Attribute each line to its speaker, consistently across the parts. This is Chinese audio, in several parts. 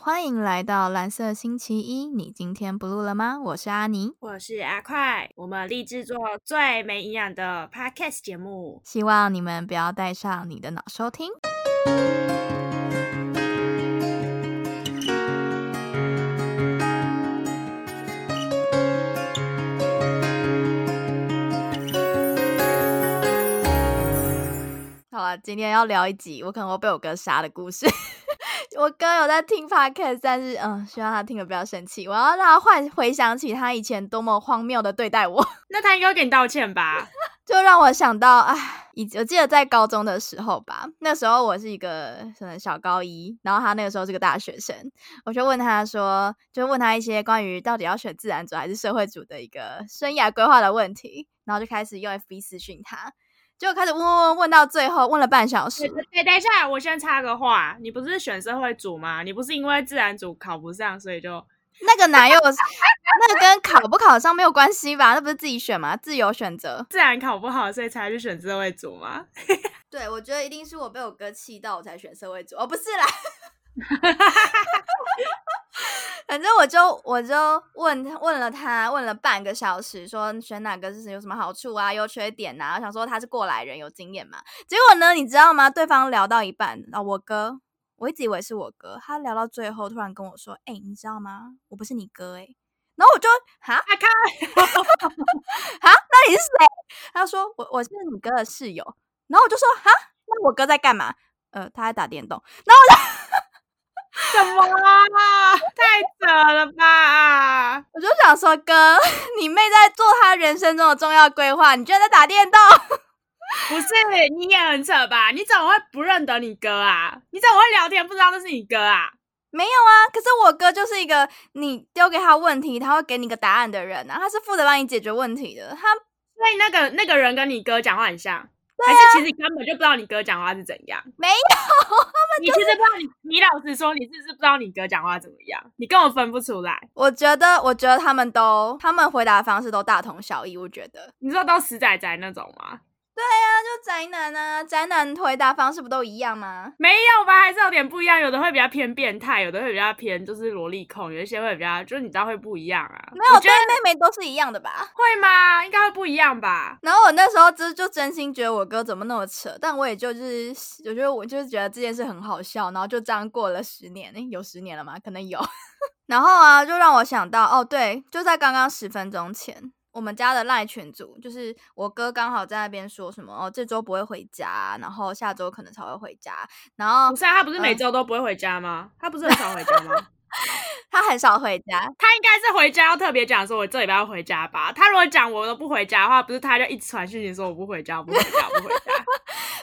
Speaker 1: 欢迎来到蓝色星期一，你今天不录了吗？我是阿尼，
Speaker 2: 我是阿快，我们立志做最没营养的 podcast 节目。
Speaker 1: 希望你们不要带上你的脑收听。好了，今天要聊一集我可能会被我哥杀的故事。 我哥有在听 podcast，但是嗯，希望他听了不要生气。我要让他换回想起他以前多么荒谬的对待我，
Speaker 2: 那他应该会给你道歉 吧？
Speaker 1: 就让我想到，唉，以我记得在高中的时候吧，那时候我是一个可能小高一，然后他那个时候是个大学生，我就问他说，就问他一些关于到底要选自然组还是社会组的一个生涯规划的问题，然后就开始用 FB 私讯他，结果开始问问问问到最后，问了半小时，
Speaker 2: 对，等一下，我先插个话，你不是选社会组吗？你不是因为自然组考不上，所以就
Speaker 1: 那个哪有？ 那个跟考不考上没有关系吧？那不是自己选吗？自由选择。
Speaker 2: 自然考不好，所以才去选社会组吗？
Speaker 1: 对，我觉得一定是我被我哥气到，我才选社会组。哦，不是啦。反正我就我就问问了他，问了半个小时，说选哪个是有什么好处啊、优缺点呐、我想说他是过来人，有经验嘛。结果呢，你知道吗？对方聊到一半，啊、我哥，我一直以为是我哥，他聊到最后突然跟我说：“哎、你知道吗？我不是你哥哎、然后我就哈
Speaker 2: 阿开，
Speaker 1: 啊，那你是谁？他说我我是你哥的室友。然后我就说哈，那我哥在干嘛？呃，他在打电动。
Speaker 2: 什么啊？ 太扯了吧！
Speaker 1: 我就想说，哥， 你妹在做她人生中的重要规划，你居然在打电动？
Speaker 2: 不是，你也很扯吧？你怎么会不认得你哥啊？你怎么会聊天不知道那是你哥啊？
Speaker 1: 没有啊，可是我哥就是一个你丢给他问题，他会给你个答案的人啊，他是负责帮你解决问题的。他
Speaker 2: 所以那个那个人跟你哥讲话很像，还是其实你根本就不知道你哥讲话是怎样？
Speaker 1: 啊没有，
Speaker 2: 你其实不知道你，你老实说，你是不是不知道你哥讲话怎么样？你根本分不出来。
Speaker 1: 我觉得，我觉得他们都，他们回答的方式都大同小异，我觉得。
Speaker 2: 你知道都死仔仔那种吗？
Speaker 1: 就宅男啊，宅男回答方式不都一样吗？
Speaker 2: 没有吧，还是有点不一样。有的会比较偏变态，有的会比较偏就是萝莉控，有一些会比较就是你知道会不一样啊。
Speaker 1: 没有
Speaker 2: 你觉
Speaker 1: 对
Speaker 2: 得
Speaker 1: 妹妹都是一样的吧？
Speaker 2: 会吗？应该会不一样吧。
Speaker 1: 然后我那时候真就真心觉得我哥怎么那么扯，但我也就是我觉得我就是觉得这件事很好笑，然后就这样过了十年，诶有十年了吗？可能有。 然后啊，就让我想到哦，对，就在刚刚十分钟前，我们家的赖群组，就是我哥刚好在那边说什么哦，这周不会回家，啊然后下周可能才会回家，然后
Speaker 2: 不是、啊，他不是每
Speaker 1: 嗯
Speaker 2: 周都不会回家吗？他不是很少回家吗？
Speaker 1: 他很少回家，
Speaker 2: 他应该是回家要特别讲说，我这礼拜要回家吧。他如果讲我都不回家的话，不是他就一直传讯息说我不回家，我不回家，我不回 家。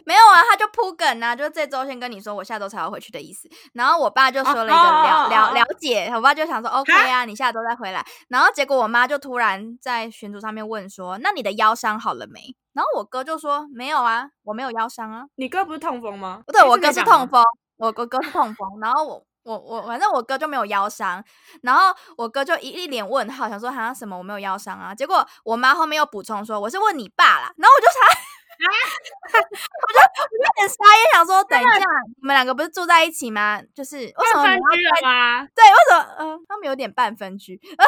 Speaker 1: 没有啊，他就铺梗啊，就这周先跟你说，我下周才要回去的意思。然后我爸就说了一个
Speaker 2: 哦哦
Speaker 1: 了
Speaker 2: 哦
Speaker 1: 了
Speaker 2: 哦
Speaker 1: 了解，我爸就想说 OK 啊，你下周再回来。然后结果我妈就突然在群组上面问说，那你的腰伤好了没？然后我哥就说没有啊，我没有腰伤啊。
Speaker 2: 你哥不是痛风吗？
Speaker 1: 不对，
Speaker 2: 诶
Speaker 1: 我
Speaker 2: 这可以
Speaker 1: 哥是
Speaker 2: 讲吗
Speaker 1: 痛风，我我哥是痛风，然后我。我我反正我哥就没有腰伤，然后我哥就一一脸问号，想说哈什么我没有腰伤啊？结果我妈后面又补充说我是问你爸啦，然后我就傻，
Speaker 2: 啊
Speaker 1: 我就我就很傻眼，想说等一下你们两个不是住在一起吗？就是为什么你
Speaker 2: 他分
Speaker 1: 要
Speaker 2: 居了吗？
Speaker 1: 对为什么嗯、他们有点半分居，
Speaker 2: 哦，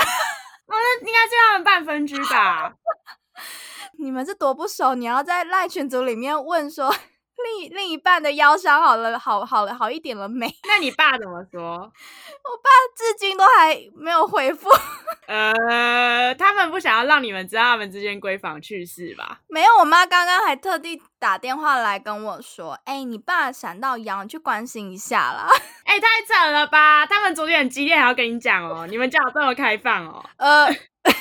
Speaker 2: 那应该是他们半分居 吧？
Speaker 1: 你们是多不熟，你要在赖群组里面问说另另一半的腰伤好了好好了好一点了没？
Speaker 2: 那你爸怎么说？
Speaker 1: 至今都还没有回复。
Speaker 2: 呃，他们不想要让你们知道他们之间闺房趣事吧？
Speaker 1: 没有，我妈刚刚还特地打电话来跟我说：“哎、你爸闪到腰，你去关心一下啦。
Speaker 2: 哎、太扯了吧！他们昨天很激烈，还要跟你讲哦，你们家有这么开放哦”？
Speaker 1: 呃，所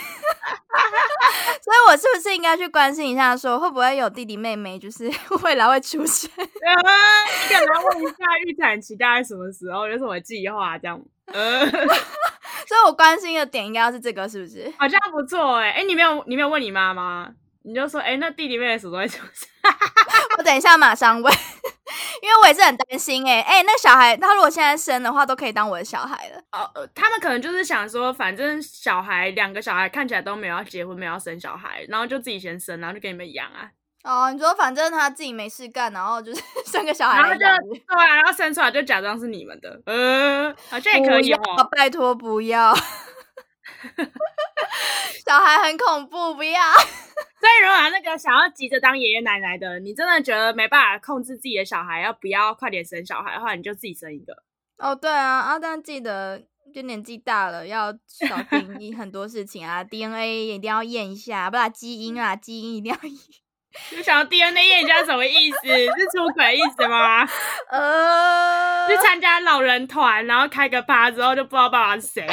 Speaker 1: 以我是不是应该去关心一下说会不会有弟弟妹妹，就是 未来会出现？
Speaker 2: 呃，你可能问一下预产期大概什么时候，有什么计划这样？呃，
Speaker 1: 所以我关心的点应该要是这个，是不是？
Speaker 2: 好像不错哎、哎、你没有你没有问你妈吗？你就说哎、那弟弟妹妹什么时候会出生？
Speaker 1: 我等一下马上问， 因为我也是很担心、哎，哎，那小孩他如果现在生的话，都可以当我的小孩了。
Speaker 2: 哦，呃他们可能就是想说，反正小孩两个小孩看起来都没有要结婚，没有要生小孩，然后就自己先生，然后就给你们养啊。
Speaker 1: 哦，你说反正他自己没事干，然后就是 生个小孩
Speaker 2: 然后
Speaker 1: 来
Speaker 2: 就
Speaker 1: 养着，
Speaker 2: 对啊，然后生出来就假装是你们的，呃，好像也可以
Speaker 1: 不要
Speaker 2: 哦。
Speaker 1: 拜托不要， 小孩很恐怖，不要。
Speaker 2: 所以如果那个想要急着当爷爷奶奶的，你真的觉得没办法控制自己的小孩，要不要快点生小孩的话，你就自己生一个。
Speaker 1: 哦，对啊，啊，但记得就年纪大了，要小心一很多事情啊，DNA 一定要验一下，不然基因啊，基因一定要验。
Speaker 2: 就想要 DNA 验一下什么意思？是出轨意思吗？
Speaker 1: 呃，
Speaker 2: 去参加老人团，然后开个趴之后就不知道爸爸是 谁。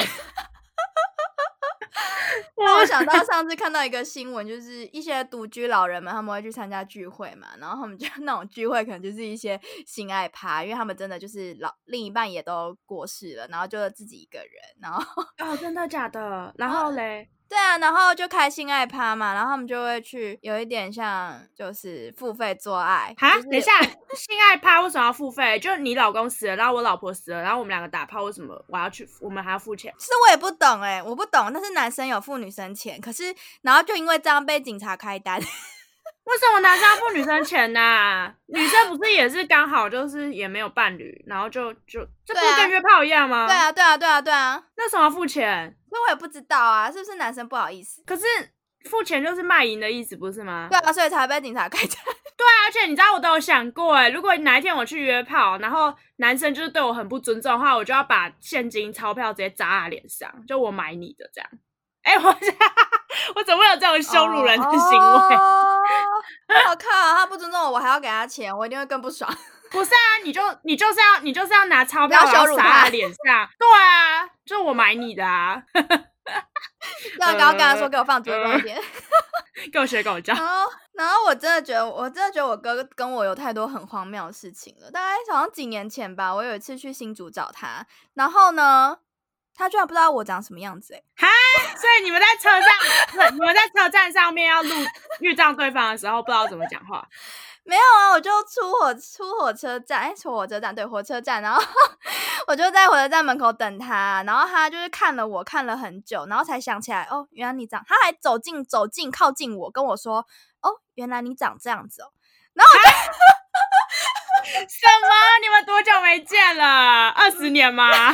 Speaker 1: 让
Speaker 2: 哦
Speaker 1: 我想到上次看到一个新闻，就是一些独居老人们，他们会去参加聚会嘛，然后他们就那种聚会可能就是一些性爱趴，因为他们真的就是老另一半也都过世了，然后就自己一个人，然后
Speaker 2: 哦，真的假的？然后嘞，
Speaker 1: 对啊，然后就开性爱趴嘛，然后他们就会去有一点像就是付费做爱
Speaker 2: 哈，
Speaker 1: 就是
Speaker 2: 等一下，性爱趴为什么要付费？就是你老公死了，然后我老婆死了，然后我们两个打炮，为什么我要去？我们还要付钱？
Speaker 1: 其实我也不懂哎、我不懂，但是男生有付女生钱，可是然后就因为这样被警察开单，
Speaker 2: 为什么男生要付女生钱呐、女生不是也是刚好就是也没有伴侣，然后就就这不
Speaker 1: 对啊
Speaker 2: 是跟约炮一样吗？
Speaker 1: 对啊，对啊，对啊，对啊，
Speaker 2: 那为什么要付钱？
Speaker 1: 所以我也不知道啊，是不是男生不好意思？
Speaker 2: 可是付钱就是卖淫的意思，不是吗？
Speaker 1: 对啊，所以才被警察开单。
Speaker 2: 而且你知道我都有想过哎，如果哪一天我去约炮，然后男生就是对我很不尊重的话，我就要把现金钞票直接砸他脸上，就我买你的这样。哎、我我怎么会有这种 羞辱人的行为？
Speaker 1: 哦我靠，他不尊重我，我还要给他钱，我一定会更不爽。
Speaker 2: 不是啊，你就你就是要你就是要拿钞票
Speaker 1: 不要羞辱他
Speaker 2: 然后砸他脸上，对啊，就我买你的啊，
Speaker 1: 要啊刚刚跟他说，给我放桌子一边。
Speaker 2: 给我学狗叫。
Speaker 1: 然后，然后我真的觉得，我真的觉得我哥跟我有太多很荒谬的事情了。大概好像几年前吧，我有一次去新竹找他，然后呢，他居然不知道我长什么样子、欸，
Speaker 2: 所以你们在车上，你们在车站上面要录遇到对方的时候，不知道怎么讲 话。
Speaker 1: 没有啊，我就出火出火车站，哎、出火车站对，火车站，然后 我就在火车站门口等他，然后他就是看了我看了很久，然后才想起来，哦，原来你长，他还走近走近靠近我，跟我说，哦，原来你长这样子哦，
Speaker 2: 什么？你们多久没见了？二十年吗？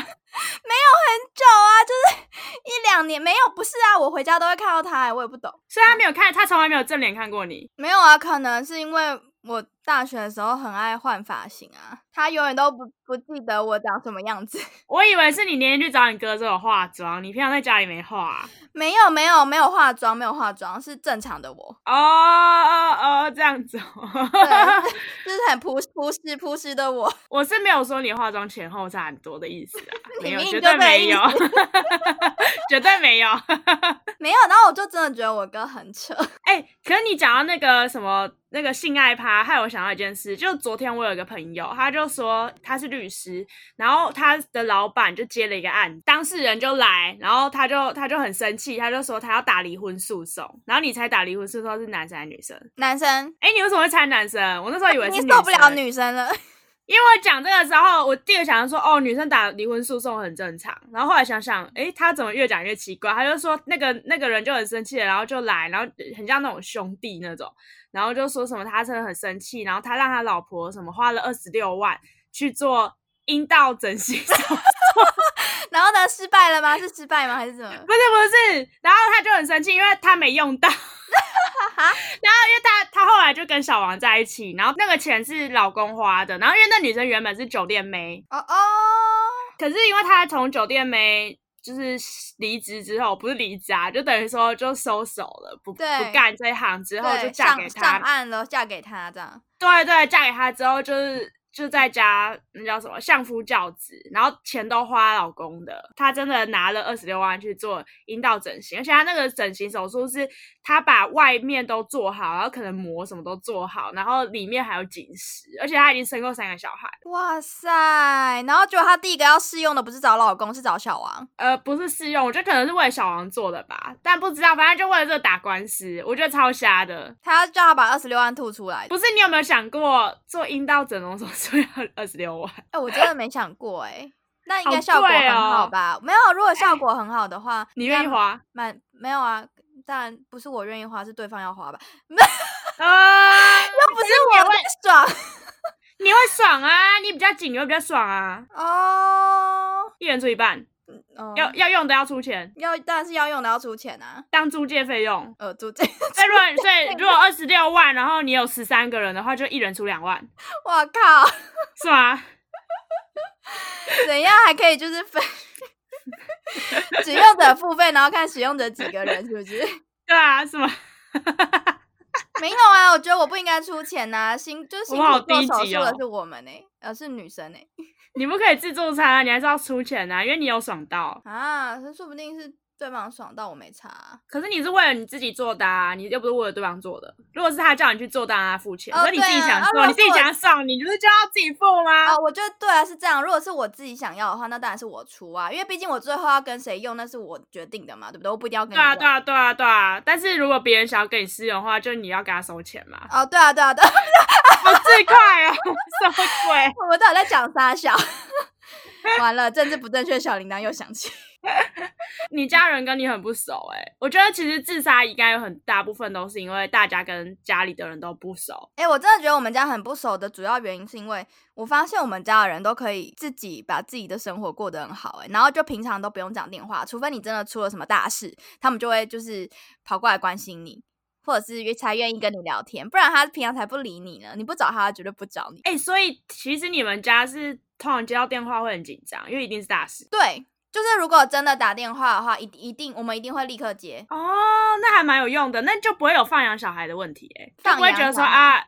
Speaker 1: 很久啊，就是 一两年没有，不是啊，我回家都会看到他、哎我也不懂，
Speaker 2: 所以他没有看，他从来没有正脸看过你。
Speaker 1: 没有啊，可能是因为我大学的时候很爱换发型啊，他永远都不不记得我长什么样子。
Speaker 2: 我以为是你那天去找你哥的时候有化妆，你平常在家里没化。
Speaker 1: 没有没有没有化妆，没有化妆是正常的我，
Speaker 2: 哦哦哦，这样子、哦。
Speaker 1: 对， 就是很朴朴实朴实的我。
Speaker 2: 我是没有说你化妆前后差很多的意思啊，没有，
Speaker 1: 你明明
Speaker 2: 绝
Speaker 1: 就
Speaker 2: 对
Speaker 1: 没
Speaker 2: 没有， 绝对没有。
Speaker 1: 没有，然后我就真的觉得我哥很扯。
Speaker 2: 哎、可是你讲到那个什么那个性爱趴，害我想到一件事，就昨天我有一个朋友，他就说他是律师，然后他的老板就接了一个案，当事人就来，然后他就他就很生气，他就说他要打离婚诉讼，然后你猜打离婚诉讼是男生还是女生？
Speaker 1: 男生，
Speaker 2: 哎、你为什么会猜男生？我那时候以为是
Speaker 1: 你
Speaker 2: 女
Speaker 1: 受不了
Speaker 2: 生欸
Speaker 1: 女生了，
Speaker 2: 因为我讲这个时候，我第一个想到说，哦，女生打离婚诉讼很正常。然后后来想想，诶，他怎么越讲越奇怪？他就说那个那个人就很生气了，然后就来，然后很像那种兄弟那种，然后就说什么他真的很生气，然后他让他老婆什么花了二十六万去做阴道整形手术
Speaker 1: 然后呢，失败了吗？是失败吗？还是怎么？
Speaker 2: 不是不是，然后他就很生气，因为他没用到。然 后因为他他后来就跟小王在一起，然后那个钱是老公花的，然后因为那女生原本是酒店妹，
Speaker 1: 哦哦，
Speaker 2: 可是因为他从酒店没就是离职之后，不是离职啊，就等于说就收手了，不不
Speaker 1: 对
Speaker 2: 干这一行之后就
Speaker 1: 对，
Speaker 2: 嫁给
Speaker 1: 上上
Speaker 2: 他，
Speaker 1: 岸了，嫁给他这样。
Speaker 2: 对对，嫁给他之后就是就在家那叫什么相夫教子，然后钱都花老公的，她真的拿了二十六万去做阴道整形，而且她那个整形手术是她把外面都做好，然后可能膜什么都做好，然后里面还有紧实，而且她已经生过三个小孩。
Speaker 1: 哇塞！然后结果他第一个要试用的不是找老公，是找小王。
Speaker 2: 呃，不是试用，我觉得可能是为了小王做的吧，但不知道，反正就为了这个打官司，我觉得超瞎的。
Speaker 1: 他要叫他把二十六万吐出来。
Speaker 2: 不是你有没有想过做阴道整容手术要二十六万？
Speaker 1: 哎、我真的没想过哎、那应该
Speaker 2: 好
Speaker 1: 效果
Speaker 2: 贵
Speaker 1: 很好
Speaker 2: 哦
Speaker 1: 吧？没有， 如果效果很好的话，
Speaker 2: 你
Speaker 1: 应
Speaker 2: 愿
Speaker 1: 该
Speaker 2: 意花？
Speaker 1: 蛮没有啊，当然不是我愿意花，是对方要花吧？
Speaker 2: 啊，
Speaker 1: 又不是我
Speaker 2: 可
Speaker 1: 在爽
Speaker 2: 你会爽啊，你比较紧，你会比较爽啊，
Speaker 1: 哦。
Speaker 2: 一人出一半，
Speaker 1: 哦
Speaker 2: 要要用的要出钱
Speaker 1: 要当然是要用的，要出钱啊。
Speaker 2: 当租借费用。
Speaker 1: 呃，租这，
Speaker 2: 所以如果所以如果二十六万，然后你有十三个人的话，就一人出两万，
Speaker 1: 我靠，
Speaker 2: 是吗？
Speaker 1: 怎样还可以就是分使用者付费，然后看使用者几个人，是不是？
Speaker 2: 对啊，是吗？
Speaker 1: 没有啊，我觉得我不应该出钱呐、辛就是辛
Speaker 2: 我们
Speaker 1: 苦
Speaker 2: 好
Speaker 1: 做
Speaker 2: 低
Speaker 1: 手
Speaker 2: 级
Speaker 1: 术的
Speaker 2: 哦
Speaker 1: 是我们呢、呃是女生呢、
Speaker 2: 你不可以自助餐啊，你还是要出钱啊，因为你有爽到。
Speaker 1: 啊，可是说不定是对方爽到我没差啊、
Speaker 2: 可是你是为了你自己做的啊，你又不是为了对方做的。如果是他叫你去做，当然他付钱。
Speaker 1: 哦
Speaker 2: 可是你自己
Speaker 1: 对啊
Speaker 2: 想
Speaker 1: 啊
Speaker 2: 做，
Speaker 1: 如
Speaker 2: 你
Speaker 1: 果
Speaker 2: 自己
Speaker 1: 是我
Speaker 2: 想爽，你不是就要自己付吗？
Speaker 1: 啊，我觉得对啊是这样。如果是我自己想要的话，那当然是我出啊，因为毕竟我最后要跟谁用，那是我决定的嘛，对不对？我不一定要跟
Speaker 2: 对
Speaker 1: 你用。。
Speaker 2: 啊，对啊，对啊，对啊。但是如果别人想要跟你私用的话，就你要给他收钱嘛
Speaker 1: 哦，对啊，对啊，对 啊
Speaker 2: 好最快啊，什么鬼？
Speaker 1: 我们到底在讲啥小？ 完了，政治不正确的小铃铛又响起。
Speaker 2: 你家人跟你很不熟哎、我觉得其实自杀应该有很大部分都是因为大家跟家里的人都不熟。
Speaker 1: 哎、我真的觉得我们家很不熟的主要原因是因为我发现我们家的人都可以自己把自己的生活过得很好、欸，然后就平常都不用讲电话，除非你真的出了什么大事，他们就会就是跑过来关心你，或者是才愿意跟你聊天，不然他平常才不理你呢。你不找他，他绝对不找你。
Speaker 2: 哎、所以其实你们家是通常接到电话会很紧张，因为一定是大事。
Speaker 1: 对，就是如果真的打电话的话，一一定我们一定会立刻接。
Speaker 2: 哦，那还蛮有用的，那就不会有放养小孩的问题哎、就
Speaker 1: 放
Speaker 2: 不会
Speaker 1: 养
Speaker 2: 觉得
Speaker 1: 小
Speaker 2: 说
Speaker 1: 孩
Speaker 2: 啊，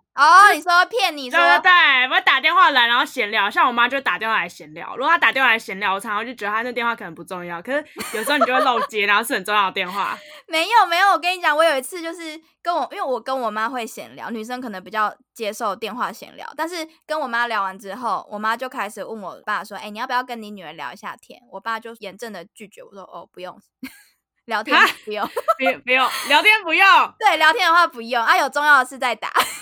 Speaker 1: 哦，你说骗你
Speaker 2: 对
Speaker 1: 说
Speaker 2: 对对，不会打电话来然后闲聊，像我妈就会打电话来闲聊。如果她打电话来闲聊，我常常就觉得她那电话可能不重要，可是有时候你就会漏接，然后是很重要的电话。
Speaker 1: 没有没有，我跟你讲，我有一次就是跟我，因为我跟我妈会闲聊，女生可能比较接受电话闲聊，但是跟我妈聊完之后，我妈就开始问我爸说：“哎、你要不要跟你女儿聊一下天？”我爸就严正的拒绝，我说：“哦，不用， 聊天
Speaker 2: 啊
Speaker 1: 不用，
Speaker 2: 不不用聊天，不用哈。
Speaker 1: 对，聊天的话不用，啊，有重要的事再打。”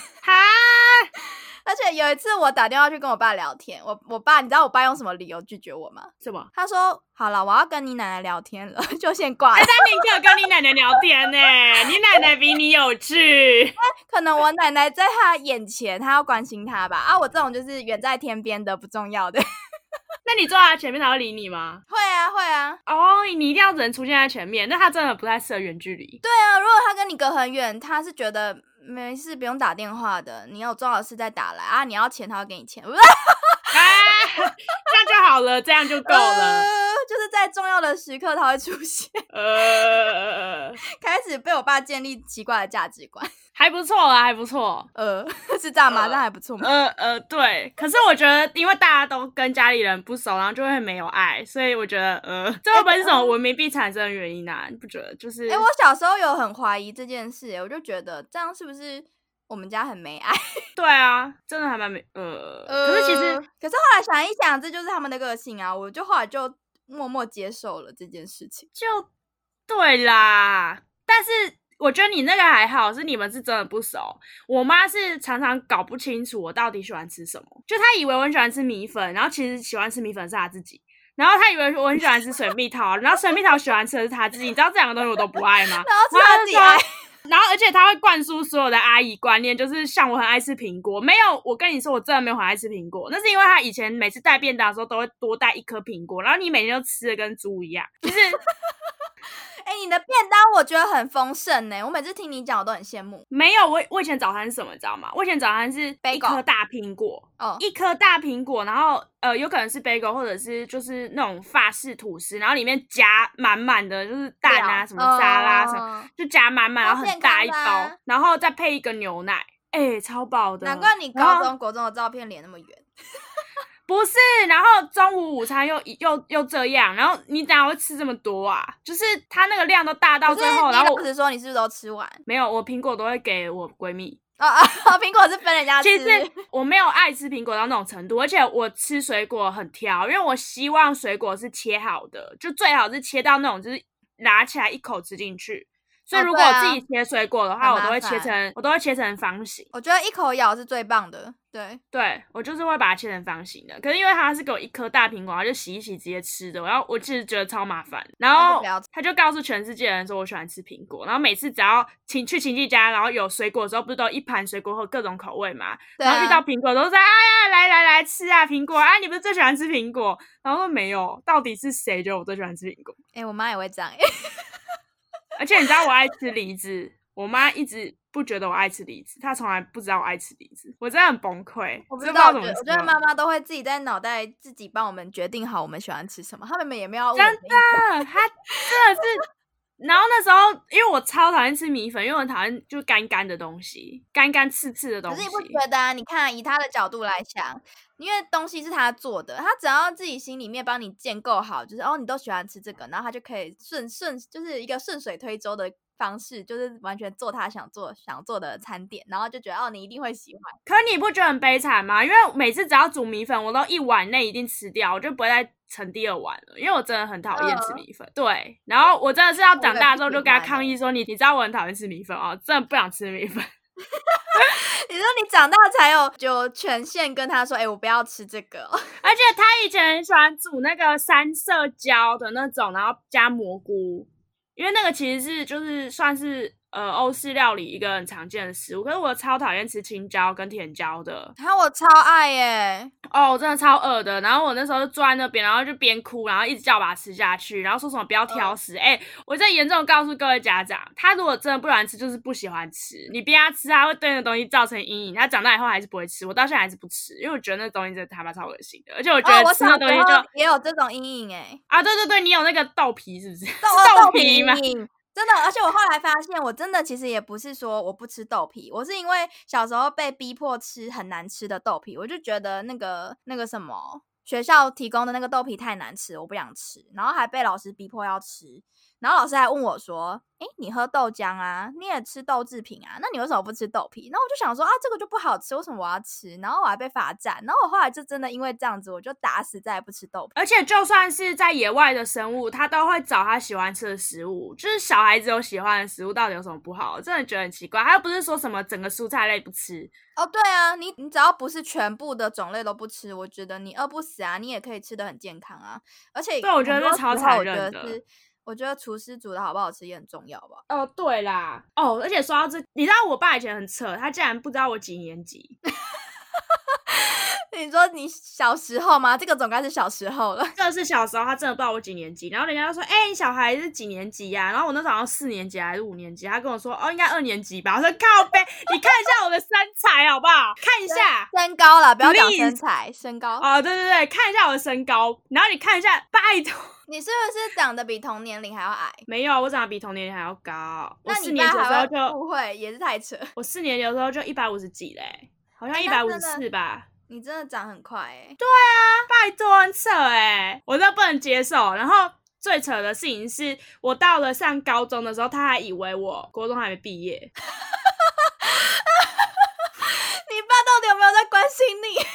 Speaker 1: 而且有一次我打电话去跟我爸聊天，我我爸，你知道我爸用什么理由拒绝我吗？
Speaker 2: 什么？
Speaker 1: 他说：“好了，我要跟你奶奶聊天了， 就先挂了。”
Speaker 2: 那你可有跟你奶奶聊天呢、你奶奶比你有趣。
Speaker 1: 可能我奶奶在她眼前，她要关心她吧。啊，我这种就是远在天边的不重要的。
Speaker 2: 那你坐在她前面，她会理你吗？
Speaker 1: 会啊，会啊，
Speaker 2: 哦，你一定要只能出现在前面，那她真的不太适合远距离。
Speaker 1: 对啊。如果她跟你隔很远，她是觉得没事不用打电话的，你有重要的事再打来啊。你要钱，她会给你钱， 不是
Speaker 2: 啊， 这样就好了，这样就够了。
Speaker 1: 呃就是在重要的时刻她会出现，
Speaker 2: 呃，
Speaker 1: 开始被我爸建立奇怪的价值观。
Speaker 2: 还不错啊，还不错。
Speaker 1: 呃，是这样吗？
Speaker 2: 呃
Speaker 1: 那还不错嘛。
Speaker 2: 呃呃，对。可是我觉得，因为大家都跟家里人不熟，然后就会没有爱，所以我觉得，呃，这会不会是什么文明病产生的原因啊？你不觉得？就是，
Speaker 1: 哎、我小时候有很怀疑这件事、我就觉得这样是不是我们家很没爱？
Speaker 2: 对啊，真的还蛮没，呃，可是其
Speaker 1: 呃
Speaker 2: 实，
Speaker 1: 可是后来想一想，这就是他们的个性啊。我就后来就默默接受了这件事情。
Speaker 2: 就对啦。但是我觉得你那个还好，是你们是真的不熟。我妈是常常搞不清楚我到底喜欢吃什么，就她以为我很喜欢吃米粉，然后其实喜欢吃米粉是她自己。然后她以为我很喜欢吃水蜜桃，然后水蜜桃喜欢吃的是她自己，你知道这两个东西我都不爱吗？
Speaker 1: 然后
Speaker 2: 然后
Speaker 1: 超
Speaker 2: 就
Speaker 1: 级
Speaker 2: 说
Speaker 1: 爱，
Speaker 2: 然后而且他会灌输所有的阿姨观念，就是像我很爱吃苹果，没有，我跟你说我真的没有很爱吃苹果，那是因为他以前每次带便当的时候都会多带一颗苹果，然后你每天都吃的跟猪一样，就是
Speaker 1: 哎、你的便当我觉得很丰盛呢、我每次听你讲，我都很羡慕。
Speaker 2: 没有我我以前早餐是什么，你知道吗？我以前早餐是一
Speaker 1: Bagel
Speaker 2: 颗大苹果，
Speaker 1: 哦，
Speaker 2: 一颗大苹果，然后呃，有可能是 bagel 或者是就是那种法式吐司，然后里面夹满满的就是蛋啊，
Speaker 1: 料
Speaker 2: 什么沙拉什么，
Speaker 1: 哦
Speaker 2: 就夹满满，
Speaker 1: 超
Speaker 2: 然后很大一
Speaker 1: 健
Speaker 2: 包，
Speaker 1: 康的啊
Speaker 2: 然后再配一个牛奶，哎、超饱的。
Speaker 1: 难怪你
Speaker 2: 然
Speaker 1: 高
Speaker 2: 后
Speaker 1: 中、国中的照片脸那么圆。
Speaker 2: 不是，然后中午午餐又一又又这样，然后你哪会吃这么多啊？就是它那个量都大到
Speaker 1: 可
Speaker 2: 最
Speaker 1: 是
Speaker 2: 后，
Speaker 1: 你
Speaker 2: 然后
Speaker 1: 老
Speaker 2: 我
Speaker 1: 实说，你是不是都吃完？
Speaker 2: 没有，我苹果都会给我闺蜜。
Speaker 1: 哦 哦，苹啊果是分人家吃。
Speaker 2: 其实我没有爱吃苹果到那种程度，而且我吃水果很挑，因为我希望水果是切好的，就最好是切到那种就是拿起来一口吃进去。所以
Speaker 1: 哦
Speaker 2: 如果
Speaker 1: 对
Speaker 2: 我
Speaker 1: 啊
Speaker 2: 自己切水果的
Speaker 1: 很
Speaker 2: 话，我
Speaker 1: 麻
Speaker 2: 都会切
Speaker 1: 烦
Speaker 2: 成我都会切成方形。
Speaker 1: 我觉得一口咬是最棒的。对，
Speaker 2: 对我就是会把它切成方形的。可是因为它是给我一颗大苹果，然后就洗一洗直接吃的，然后我其实觉得超麻烦。然
Speaker 1: 那就
Speaker 2: 后
Speaker 1: 不要吃
Speaker 2: 他就告诉全世界的人说我喜欢吃苹果，然后每次只要亲去亲戚家，然后有水果的时候，不是都有一盘水果和各种口味嘛？
Speaker 1: 对
Speaker 2: 然后遇到
Speaker 1: 啊，
Speaker 2: 苹果都是哎呀来来来吃啊苹果啊，你不是最喜欢吃苹果？然后说没有，到底是谁觉得我最喜欢吃苹果？
Speaker 1: 哎、我妈也会这样、欸。
Speaker 2: 而且你知道我爱吃梨子，我妈一直。不觉得我爱吃梨子，她从来不知道我爱吃梨子，我真的很崩溃。
Speaker 1: 我不
Speaker 2: 真
Speaker 1: 知
Speaker 2: 的
Speaker 1: 道，
Speaker 2: 怎
Speaker 1: 我
Speaker 2: 么啊
Speaker 1: 觉得我
Speaker 2: 说
Speaker 1: 觉得 妈妈都会自己在脑袋自己帮我们决定好我们喜欢吃什么，他们也没有要问
Speaker 2: 真
Speaker 1: 我们
Speaker 2: 的，他真的是。 然后那时候，因为我超讨厌吃米粉，因为我很讨厌就干干的东西，干干刺刺的东
Speaker 1: 可
Speaker 2: 西
Speaker 1: 是你。不觉得啊？你看，以他的角度来想，因为东西是他做的，他只要自己心里面帮你建构好，就是哦，你都喜欢吃这个，然后他就可以顺顺，就是一个顺水推舟的方式，就是完全做他想做想做的餐点，然后就觉得哦，你一定会喜欢。
Speaker 2: 可你不觉得很悲惨吗？因为每次只要煮米粉，我都一碗内一定吃掉，我就不会再盛第二碗了，因为我真的很讨厌吃米粉。对，然后我真的是要长大之后就跟他抗议说：“你你知道我很讨厌吃米粉哦，真的不想吃米粉。
Speaker 1: 你说你长大才有有权限跟他说，哎、我不要吃这个哦、”
Speaker 2: 而且他以前很喜欢煮那个三色椒的那种，然后加蘑菇。因为那个其实是就是算是呃欧式料理一个很常见的食物，可是我超讨厌吃青椒跟甜椒的
Speaker 1: 然后我超爱耶，
Speaker 2: 哦，我真的超饿的。然后我那时候就坐在那边，然后就边哭，然后一直叫我把它吃下去，然后说什么
Speaker 1: 嗯
Speaker 2: 不要挑食。哎、我在严重地告诉各位家长，他如果真的不喜欢吃，就是不喜欢吃。你逼他吃，他会对那东西造成阴影，他长大以后还是不会吃。我到现在还是不吃，因为我觉得那东西真的他妈超恶心的，而且我觉
Speaker 1: 哦，
Speaker 2: 得
Speaker 1: 我
Speaker 2: 吃
Speaker 1: 小
Speaker 2: 那
Speaker 1: 时
Speaker 2: 东西就、
Speaker 1: 候也有这种阴影哎。
Speaker 2: 啊，对对对，你有那个豆皮是不是？
Speaker 1: 豆
Speaker 2: 是
Speaker 1: 豆
Speaker 2: 皮吗？
Speaker 1: 皮真的，而且我后来发现，我真的其实也不是说我不吃豆皮，我是因为小时候被逼迫吃很难吃的豆皮，我就觉得那个那个什么学校提供的那个豆皮太难吃，我不想吃，然后还被老师逼迫要吃，然后老师还问我说：“诶，你喝豆浆啊，你也吃豆制品啊，那你为什么不吃豆皮？”那我就想说啊，这个就不好吃，为什么我要吃？然后我还被罚站，然后我后来就真的因为这样子，我就打死再也不吃豆皮。
Speaker 2: 而且就算是在野外的生物，它都会找它喜欢吃的食物。就是小孩子有喜欢的食物，到底有什么不好？我真的觉得很奇怪。他又不是说什么整个蔬菜类不吃，
Speaker 1: 哦，对啊，你你只要不是全部的种类都不吃，我觉得你饿不死啊，你也可以吃的很健康啊。而且
Speaker 2: 对我
Speaker 1: 很
Speaker 2: 觉得
Speaker 1: 多
Speaker 2: 这超
Speaker 1: 时候
Speaker 2: 残
Speaker 1: 我觉
Speaker 2: 忍
Speaker 1: 得
Speaker 2: 的
Speaker 1: 是，我觉得厨师煮的好不好吃也很重要吧。
Speaker 2: 哦，对啦，哦，而且说到这，你知道我爸以前很扯，他竟然不知道我几年级，
Speaker 1: 你说你小时候吗？这个总该是小时候了。
Speaker 2: 真的是小时候他真的不知道我几年级，然后人家就说，哎、你小孩是几年级呀、然后我那时候好像四年级还是五年级，他跟我说，哦，应该二年级吧。我说靠背，你看一下我的身材好不好？看一下。
Speaker 1: 身高啦，不要讲
Speaker 2: Please
Speaker 1: 身材，身高。
Speaker 2: 哦，对对对，看一下我的身高，然后你看一下，拜托，
Speaker 1: 你是不是长得比同年龄还要矮？
Speaker 2: 没有，我长得比同年龄还要高。我
Speaker 1: 那
Speaker 2: 四
Speaker 1: 你
Speaker 2: 年
Speaker 1: 爸
Speaker 2: 级的时候
Speaker 1: 还会
Speaker 2: 就，
Speaker 1: 误会，也是太扯。
Speaker 2: 我四年级的时候就一百五十几嘞、好像
Speaker 1: 哎
Speaker 2: 一
Speaker 1: 那
Speaker 2: 百五十
Speaker 1: 真
Speaker 2: 四
Speaker 1: 的
Speaker 2: 吧。
Speaker 1: 你真的长很快哎、
Speaker 2: 拜托，很扯哎、
Speaker 1: 欸
Speaker 2: 我真的不能接受。然后最扯的事情是我到了上高中的时候，他还以为我国中还没毕业。
Speaker 1: 你爸到底有没有在关心你？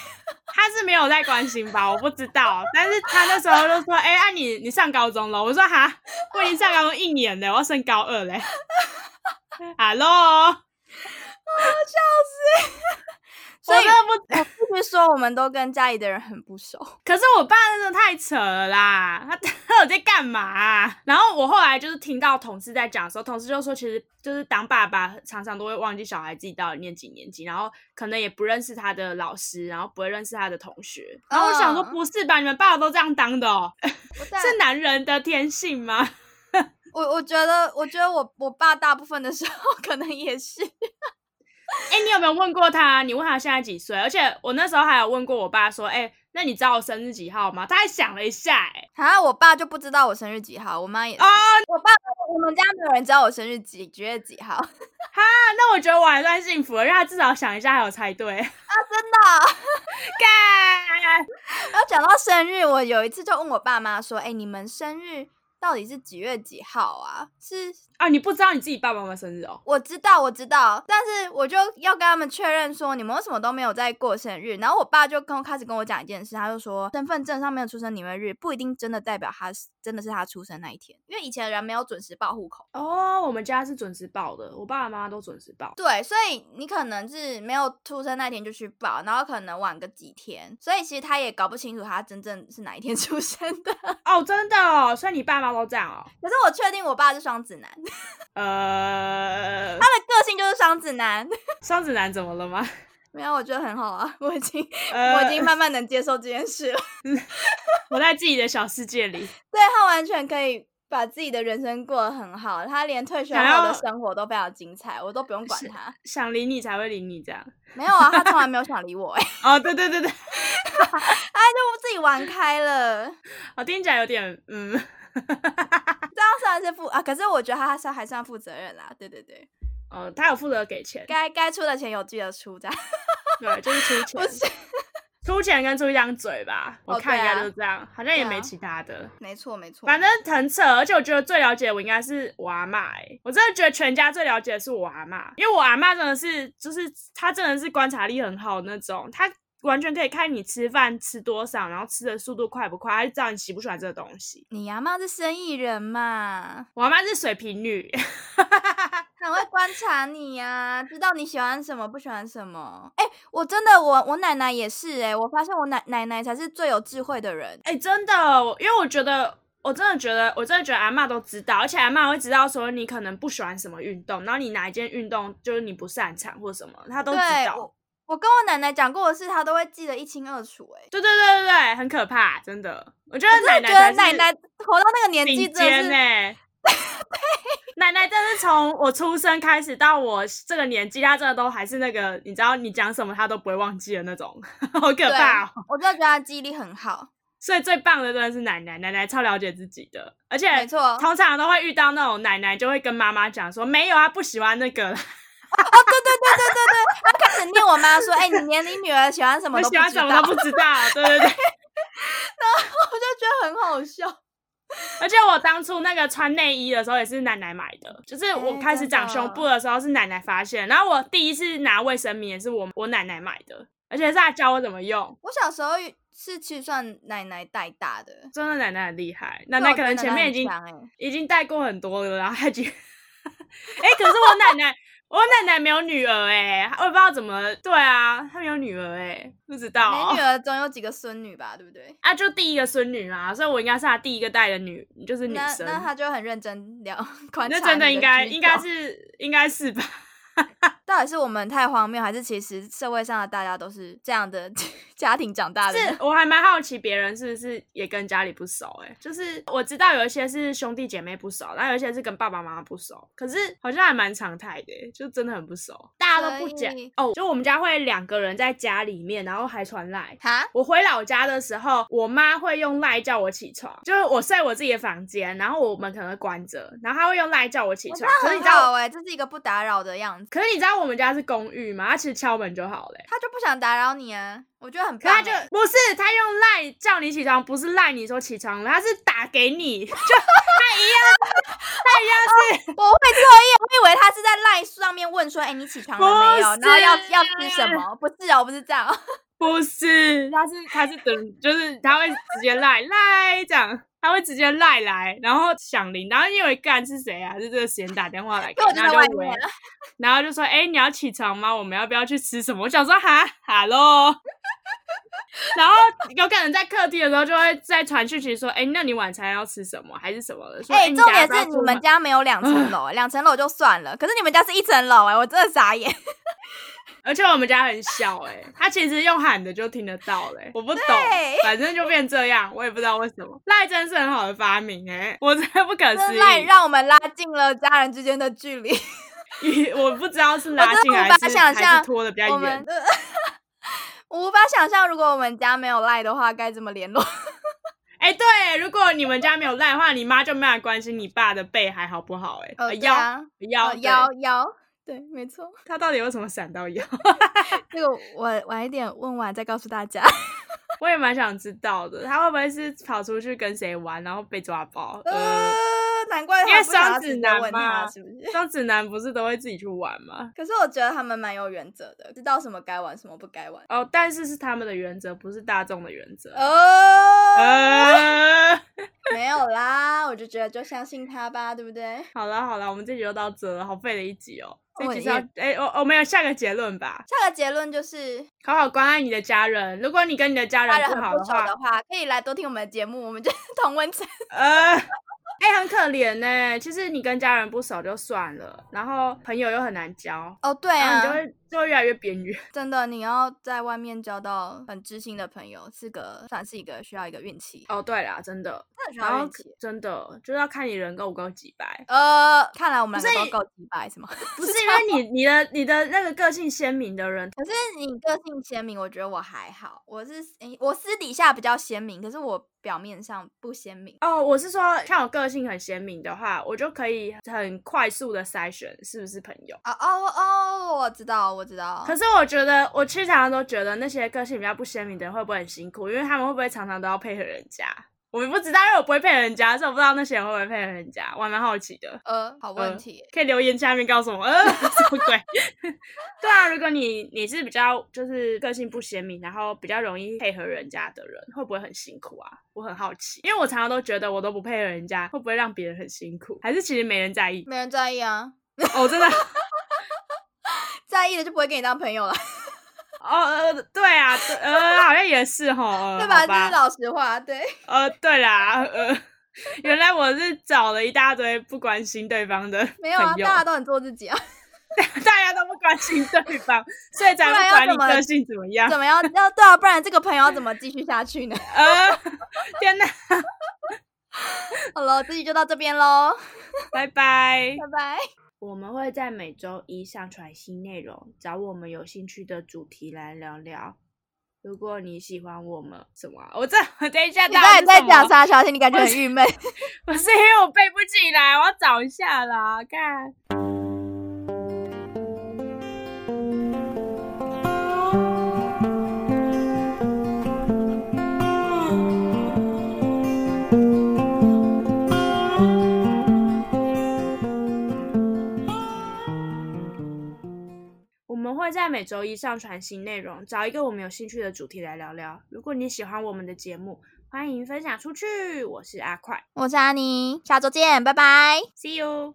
Speaker 2: 他是没有在关心吧？我不知道，但是他那时候就说：“哎、啊你你上高中了？”我说：“哈，我已经上高中一年了，我要升高 二嘞。” Hello，
Speaker 1: 所
Speaker 2: 我
Speaker 1: 以
Speaker 2: 真的不
Speaker 1: 我必须说，我们都跟家里的人很不熟。
Speaker 2: 可是我爸真的太扯了啦， 他他有在干嘛啊、然后我后来就是听到同事在讲的时候，同事就说，其实就是当爸爸常常都会忘记小孩自己到底念几年级，然后可能也不认识他的老师，然后不会认识他的同学。然后我想说，
Speaker 1: 嗯
Speaker 2: 不是吧？你们爸爸都这样当的哦？
Speaker 1: 我在
Speaker 2: 是男人的天性吗？
Speaker 1: 我我觉得，我觉得我我爸大部分的时候 可能也是，
Speaker 2: 哎、你有没有问过他？你问他现在几岁？而且我那时候还有问过我爸说，哎、那你知道我生日几号吗？他还想了一下、哎，
Speaker 1: 啊，我爸就不知道我生日几号，我妈也是
Speaker 2: 哦
Speaker 1: 我爸我们家没有人知道我生日几几月几号， 真
Speaker 2: 那我觉得我还算幸福了，因为他至少想一下还有猜
Speaker 1: 啊
Speaker 2: 对。
Speaker 1: 的。
Speaker 2: 干！
Speaker 1: 然后讲到生日，我有一次就问我爸妈说：“哎、你们生日到底是几月几号啊？是
Speaker 2: 啊，你不知道你自己爸爸妈妈生日哦？
Speaker 1: 我知道，我知道，但是我就要跟他们确认说，你们为什么都没有在过生日？然后我爸就跟开始跟我讲一件事，他就说，身份证上面的出生年月日不一定真的代表他是真的是他出生那一天，因为以前人没有准时报户口。
Speaker 2: 哦，我们家是准时报的，我爸爸妈妈都准时报。
Speaker 1: 对，所以你可能是没有出生那天就去报，然后可能晚个几天，所以其实他也搞不清楚他真正是哪一天 出生的。
Speaker 2: 哦，真的哦，所以你爸妈都这样哦。
Speaker 1: 可是我确定我爸是双子男，他的
Speaker 2: 呃，
Speaker 1: 个性就是双子男。
Speaker 2: 双子男怎么了吗？
Speaker 1: 没有，我觉得很好啊，我已经、
Speaker 2: 呃，
Speaker 1: 我已经慢慢能接受这件事了。
Speaker 2: 我在自己的小世界里。
Speaker 1: 对他完全可以把自己的人生过得很好，他连退休
Speaker 2: 想
Speaker 1: 后
Speaker 2: 要
Speaker 1: 的生活都非常精彩，我都不用管
Speaker 2: 是
Speaker 1: 他。
Speaker 2: 想理你才会理你这样。
Speaker 1: 没有啊，他从来没有想理我、欸，
Speaker 2: 哦，对对对对，
Speaker 1: 他就自己玩开了。
Speaker 2: 我哦听起来有点嗯，
Speaker 1: 这样算是负啊，可是我觉得他还算还算负责任啦。对对对，
Speaker 2: 哦，他有负责给钱，
Speaker 1: 该该出的钱有记得出， 这样
Speaker 2: 对，就是出
Speaker 1: 不是？
Speaker 2: 钱， 出钱跟出一张嘴吧。
Speaker 1: 哦
Speaker 2: 我看应
Speaker 1: 对啊
Speaker 2: 该就是这样，好像也
Speaker 1: 对啊
Speaker 2: 没其他的。
Speaker 1: 没错没错，
Speaker 2: 反正很扯，而且我觉得最了解我应该是我阿妈、欸，我真的觉得全家最了解的是我阿妈，因为我阿妈真的是，就是她真的是观察力很好的那种，她完全可以看你吃饭吃多少，然后吃的速度快不快，她就知道你喜不喜欢这个东西。
Speaker 1: 你阿妈是生意人嘛，
Speaker 2: 我阿妈是水瓶女，
Speaker 1: 很会观察你呀、知道你喜欢什么不喜欢什么。哎、我真的我我奶奶也是哎、我发现我奶奶奶才是最有智慧的人。
Speaker 2: 哎、真的，我因为我觉得，我真的觉得，我真的觉得阿嬷都知道，而且阿嬷会知道说你可能不喜欢什么运动，然后你哪一件运动就是你不擅长或什么，她都知
Speaker 1: 对，
Speaker 2: 道。
Speaker 1: 我我跟我奶奶讲过的事，她都会记得一清二楚、欸。哎，
Speaker 2: 对对对对对，很可怕，真的。我觉得奶
Speaker 1: 真的觉
Speaker 2: 奶
Speaker 1: 得
Speaker 2: 才
Speaker 1: 奶
Speaker 2: 是
Speaker 1: 奶活到那个年纪
Speaker 2: 顶
Speaker 1: 真的
Speaker 2: 尖
Speaker 1: 是
Speaker 2: 呢、 奶奶真是从我出生开始到我这个年纪，她真的都还是那个，你知道你讲什么她都不会忘记的那种， 好可怕、哦。
Speaker 1: 我真的觉得她记忆力很好。
Speaker 2: 所以最棒的真的是奶奶，奶奶超了解自己的，而且
Speaker 1: 没错
Speaker 2: 通常都会遇到那种奶奶就会跟妈妈讲说没有啊，不喜欢那个啦，
Speaker 1: 她开始念我妈 说：“哎、你连你女儿喜欢什么
Speaker 2: 我
Speaker 1: 都不
Speaker 2: 喜
Speaker 1: 知道。
Speaker 2: 欢什么 都不知道。啊对对对，
Speaker 1: 我就觉得很好笑。
Speaker 2: 而且我当初那个穿内衣的时候也是奶奶买的，就是我
Speaker 1: 哎
Speaker 2: 开始长
Speaker 1: 真的
Speaker 2: 胸部的时候是奶奶发现，然后我第一次拿卫生棉也是我我奶奶买的，而且是她教我怎么用，
Speaker 1: 我小时候是其实算奶奶带大的，
Speaker 2: 真的奶奶很厉害，奶
Speaker 1: 哦
Speaker 2: 奶可能前面已经
Speaker 1: 哎、
Speaker 2: 已经带过很多了，然后她 就，哎、可是我奶奶我奶奶没有女儿哎、我也不知道怎么，对啊，她没有女儿哎、不知道、
Speaker 1: 没女儿总有几个孙女吧，对不对？
Speaker 2: 啊，就第一个孙女啊，所以我应该是她第一个带的女，就是女
Speaker 1: 那
Speaker 2: 生。
Speaker 1: 那她就很认真 聊观察你
Speaker 2: 那
Speaker 1: 的
Speaker 2: 真的应该
Speaker 1: 举
Speaker 2: 应该
Speaker 1: 动
Speaker 2: 是应该是吧？
Speaker 1: 到底是我们太荒谬，还是其实社会上的大家都是这样的 家庭长大的呢？
Speaker 2: 是我还蛮好奇别人是不是也跟家里不熟哎、就是我知道有一些是兄弟姐妹不熟，然后有一些是跟爸爸妈妈不熟，可是好像还蛮常态的、欸，就真的很不熟，大家都不讲
Speaker 1: 所以
Speaker 2: 哦。就我们家会两个人在家里面，然后还传赖。
Speaker 1: 哈，
Speaker 2: 我回老家的时候，我妈会用赖叫我起床，就是我睡我自己的房间，然后我们可能会关着，然后她会用赖叫我起
Speaker 1: 我
Speaker 2: 床。
Speaker 1: 那
Speaker 2: 可是你
Speaker 1: 很
Speaker 2: 知道
Speaker 1: 好
Speaker 2: 我，
Speaker 1: 哎、这是一个不打扰的样子，
Speaker 2: 可是你知道我们家是公寓嘛，她其实敲门就好了欸、
Speaker 1: 他就不想打扰你啊，我觉得很
Speaker 2: 可
Speaker 1: 棒欸、
Speaker 2: 他就不是他用赖叫你起床，不是赖你说起床了，他是打给你，就 他一样，
Speaker 1: 我会作业，我以为他是在赖上面问说，哎、你起床了没有？
Speaker 2: 不
Speaker 1: 然后要
Speaker 2: 是
Speaker 1: 要吃什么？不是哦，不是这样哦，
Speaker 2: 他一样是不是，他是他是等，就是他会直接赖赖这样，他会直接赖来，然后响铃，然后因为干是谁啊？是这个谁打电话来给
Speaker 1: 因为我
Speaker 2: 我，
Speaker 1: 就
Speaker 2: 然后
Speaker 1: 在外
Speaker 2: 就喂
Speaker 1: 面，
Speaker 2: 然后就说，哎、你要起床吗？我们要不要去吃什么？我想说，哈哈喽。然后有可能在客厅的时候就会再传讯息说，哎、那你晚餐要吃什么还是什么的？说，
Speaker 1: 哎、
Speaker 2: 诶你
Speaker 1: 重
Speaker 2: 等
Speaker 1: 点
Speaker 2: 下要不要
Speaker 1: 是你
Speaker 2: 出
Speaker 1: 们
Speaker 2: 门嗯
Speaker 1: 家没有两层楼、哎两层楼就算了，可是你们家是一层楼哎、我真的傻 眼。
Speaker 2: 而且我们家很小哎、他其实用喊的就听得到嘞、我不懂
Speaker 1: 对，
Speaker 2: 反正就变这样，我也不知道为什么。赖真是很好的发明哎、我真的不可
Speaker 1: 这
Speaker 2: 思
Speaker 1: 赖
Speaker 2: 议，
Speaker 1: 让我们拉近了家人之间的距离，
Speaker 2: 与 我不知道是拉
Speaker 1: 我真
Speaker 2: 近
Speaker 1: 的无
Speaker 2: 还
Speaker 1: 法
Speaker 2: 是
Speaker 1: 想
Speaker 2: 还
Speaker 1: 象
Speaker 2: 是拖的比
Speaker 1: 我
Speaker 2: 较
Speaker 1: 们
Speaker 2: 远。
Speaker 1: 的。 我无法想象，如果我们家没有赖的话，该怎么联络？
Speaker 2: 哎、对，如果你们家没有赖的话，你妈就没有关心你爸的背还好不好哎、
Speaker 1: 呃
Speaker 2: 呃
Speaker 1: 对
Speaker 2: 腰、
Speaker 1: 啊
Speaker 2: 腰、
Speaker 1: 哦腰腰，对，没错，
Speaker 2: 对，他到底为什么闪到腰？
Speaker 1: 这个我晚一点问完再告诉大家。
Speaker 2: 我也蛮想知道的，他会不会是跑出去跟谁玩，然后被抓包？
Speaker 1: 呃
Speaker 2: 呃，，
Speaker 1: 难怪他
Speaker 2: 因为
Speaker 1: 不想要
Speaker 2: 双
Speaker 1: 直
Speaker 2: 子
Speaker 1: 接
Speaker 2: 男
Speaker 1: 问
Speaker 2: 嘛
Speaker 1: 他是不是？
Speaker 2: 双子男不是都会自己去玩吗？
Speaker 1: 可是我觉得他们蛮有原则的，知道什么该玩，什么不该玩。
Speaker 2: 哦，但是是他们的原则，不是大众的原则。
Speaker 1: 哦，
Speaker 2: 呃，
Speaker 1: 没有啦，我就觉得就相信他吧，对不对？
Speaker 2: 好了好了，我们这集就到这了，好废的一集哦。这
Speaker 1: 我
Speaker 2: 集是要哎，我我们有下个结论吧？
Speaker 1: 下个结论就是，
Speaker 2: 好好关爱你的家人。如果你跟你的家
Speaker 1: 家人
Speaker 2: 人
Speaker 1: 很
Speaker 2: 不好
Speaker 1: 不
Speaker 2: 的
Speaker 1: 熟
Speaker 2: 话，
Speaker 1: 的话，可以来多听我们的节目，我们就 同温层。
Speaker 2: 呃，哎、很可怜呢、其实你跟家人不熟就算了，然后朋友又很难交，
Speaker 1: 哦，对
Speaker 2: 然后你就
Speaker 1: 啊，
Speaker 2: 会就会越来越边缘。
Speaker 1: 真的，你要在外面交到很知心的朋友，是个算是一个需要一个运气，
Speaker 2: 哦，对啦，真的，
Speaker 1: 真的需
Speaker 2: 然
Speaker 1: 要
Speaker 2: 后
Speaker 1: 运气。
Speaker 2: 真的就是要看你人够不够几 白，
Speaker 1: 呃，看来我们两
Speaker 2: 不
Speaker 1: 个
Speaker 2: 是
Speaker 1: 都够直白，是吗？
Speaker 2: 不是因为你你的你的那个个性鲜明的人，
Speaker 1: 可是你个性鲜明，我觉得我还好，我是诶我私底下比较鲜明，可是我表面上不鲜明。
Speaker 2: 哦，我是说像我个性很鲜明的话，我就可以很快速的筛选是不是朋友。
Speaker 1: 哦哦哦，我知道，我知道。
Speaker 2: 可是我觉得，我其实常常都觉得那些个性比较不鲜明的人会不会很辛苦，因为他们会不会常常都要配合人家？我们不知道，因为我不会配合人家，所以我不知道那些人会不会配合人家，我还蛮好奇的。
Speaker 1: 呃，好问
Speaker 2: 呃
Speaker 1: 题耶。
Speaker 2: 可以留言下面告诉我，呃， 什么鬼？对啊，如果你你是比较就是个性不鲜明，然后比较容易配合人家的人，会不会很辛苦啊？我很好奇，因为我常常都觉得我都不配合人家，会不会让别人很辛苦？还是其实没人在意？
Speaker 1: 没人在意啊，
Speaker 2: 哦，真的，
Speaker 1: 在意的就不会跟你当朋友了，
Speaker 2: 哦，呃，对啊，对呃，好像也是哈，呃
Speaker 1: 对吧？这
Speaker 2: 好吧
Speaker 1: 是老实话，对。
Speaker 2: 呃，对啦，呃， 原来我是找了一大堆不关心对方的
Speaker 1: 没有啊，
Speaker 2: 朋友
Speaker 1: 大家都很做自己 啊，
Speaker 2: 大家都不关心对方，所以才
Speaker 1: 不然
Speaker 2: 不
Speaker 1: 要
Speaker 2: 管你
Speaker 1: 怎么
Speaker 2: 个性怎么样
Speaker 1: 怎。么样？要对啊，不然这个朋友要怎么继续下去呢？
Speaker 2: 呃，天哪，
Speaker 1: 好了，这集就到这边喽，
Speaker 2: 拜拜
Speaker 1: 拜。拜。
Speaker 2: 我们会在每周一上传新内容，找我们有兴趣的主题来聊聊。如果你喜欢我们什么啊？我这我等一下，
Speaker 1: 你到底在讲
Speaker 2: 讲啥？
Speaker 1: 啥？小天，你感觉很郁闷。
Speaker 2: 不是因 为我背不起来，我要找一下啦，看。我们会在每周一上传新内容，找一个我们有兴趣的主题来聊聊。如果你喜欢我们的节目，欢迎分享出去。我是阿快
Speaker 1: 我是安妮，下周见，拜拜。
Speaker 2: ，See you。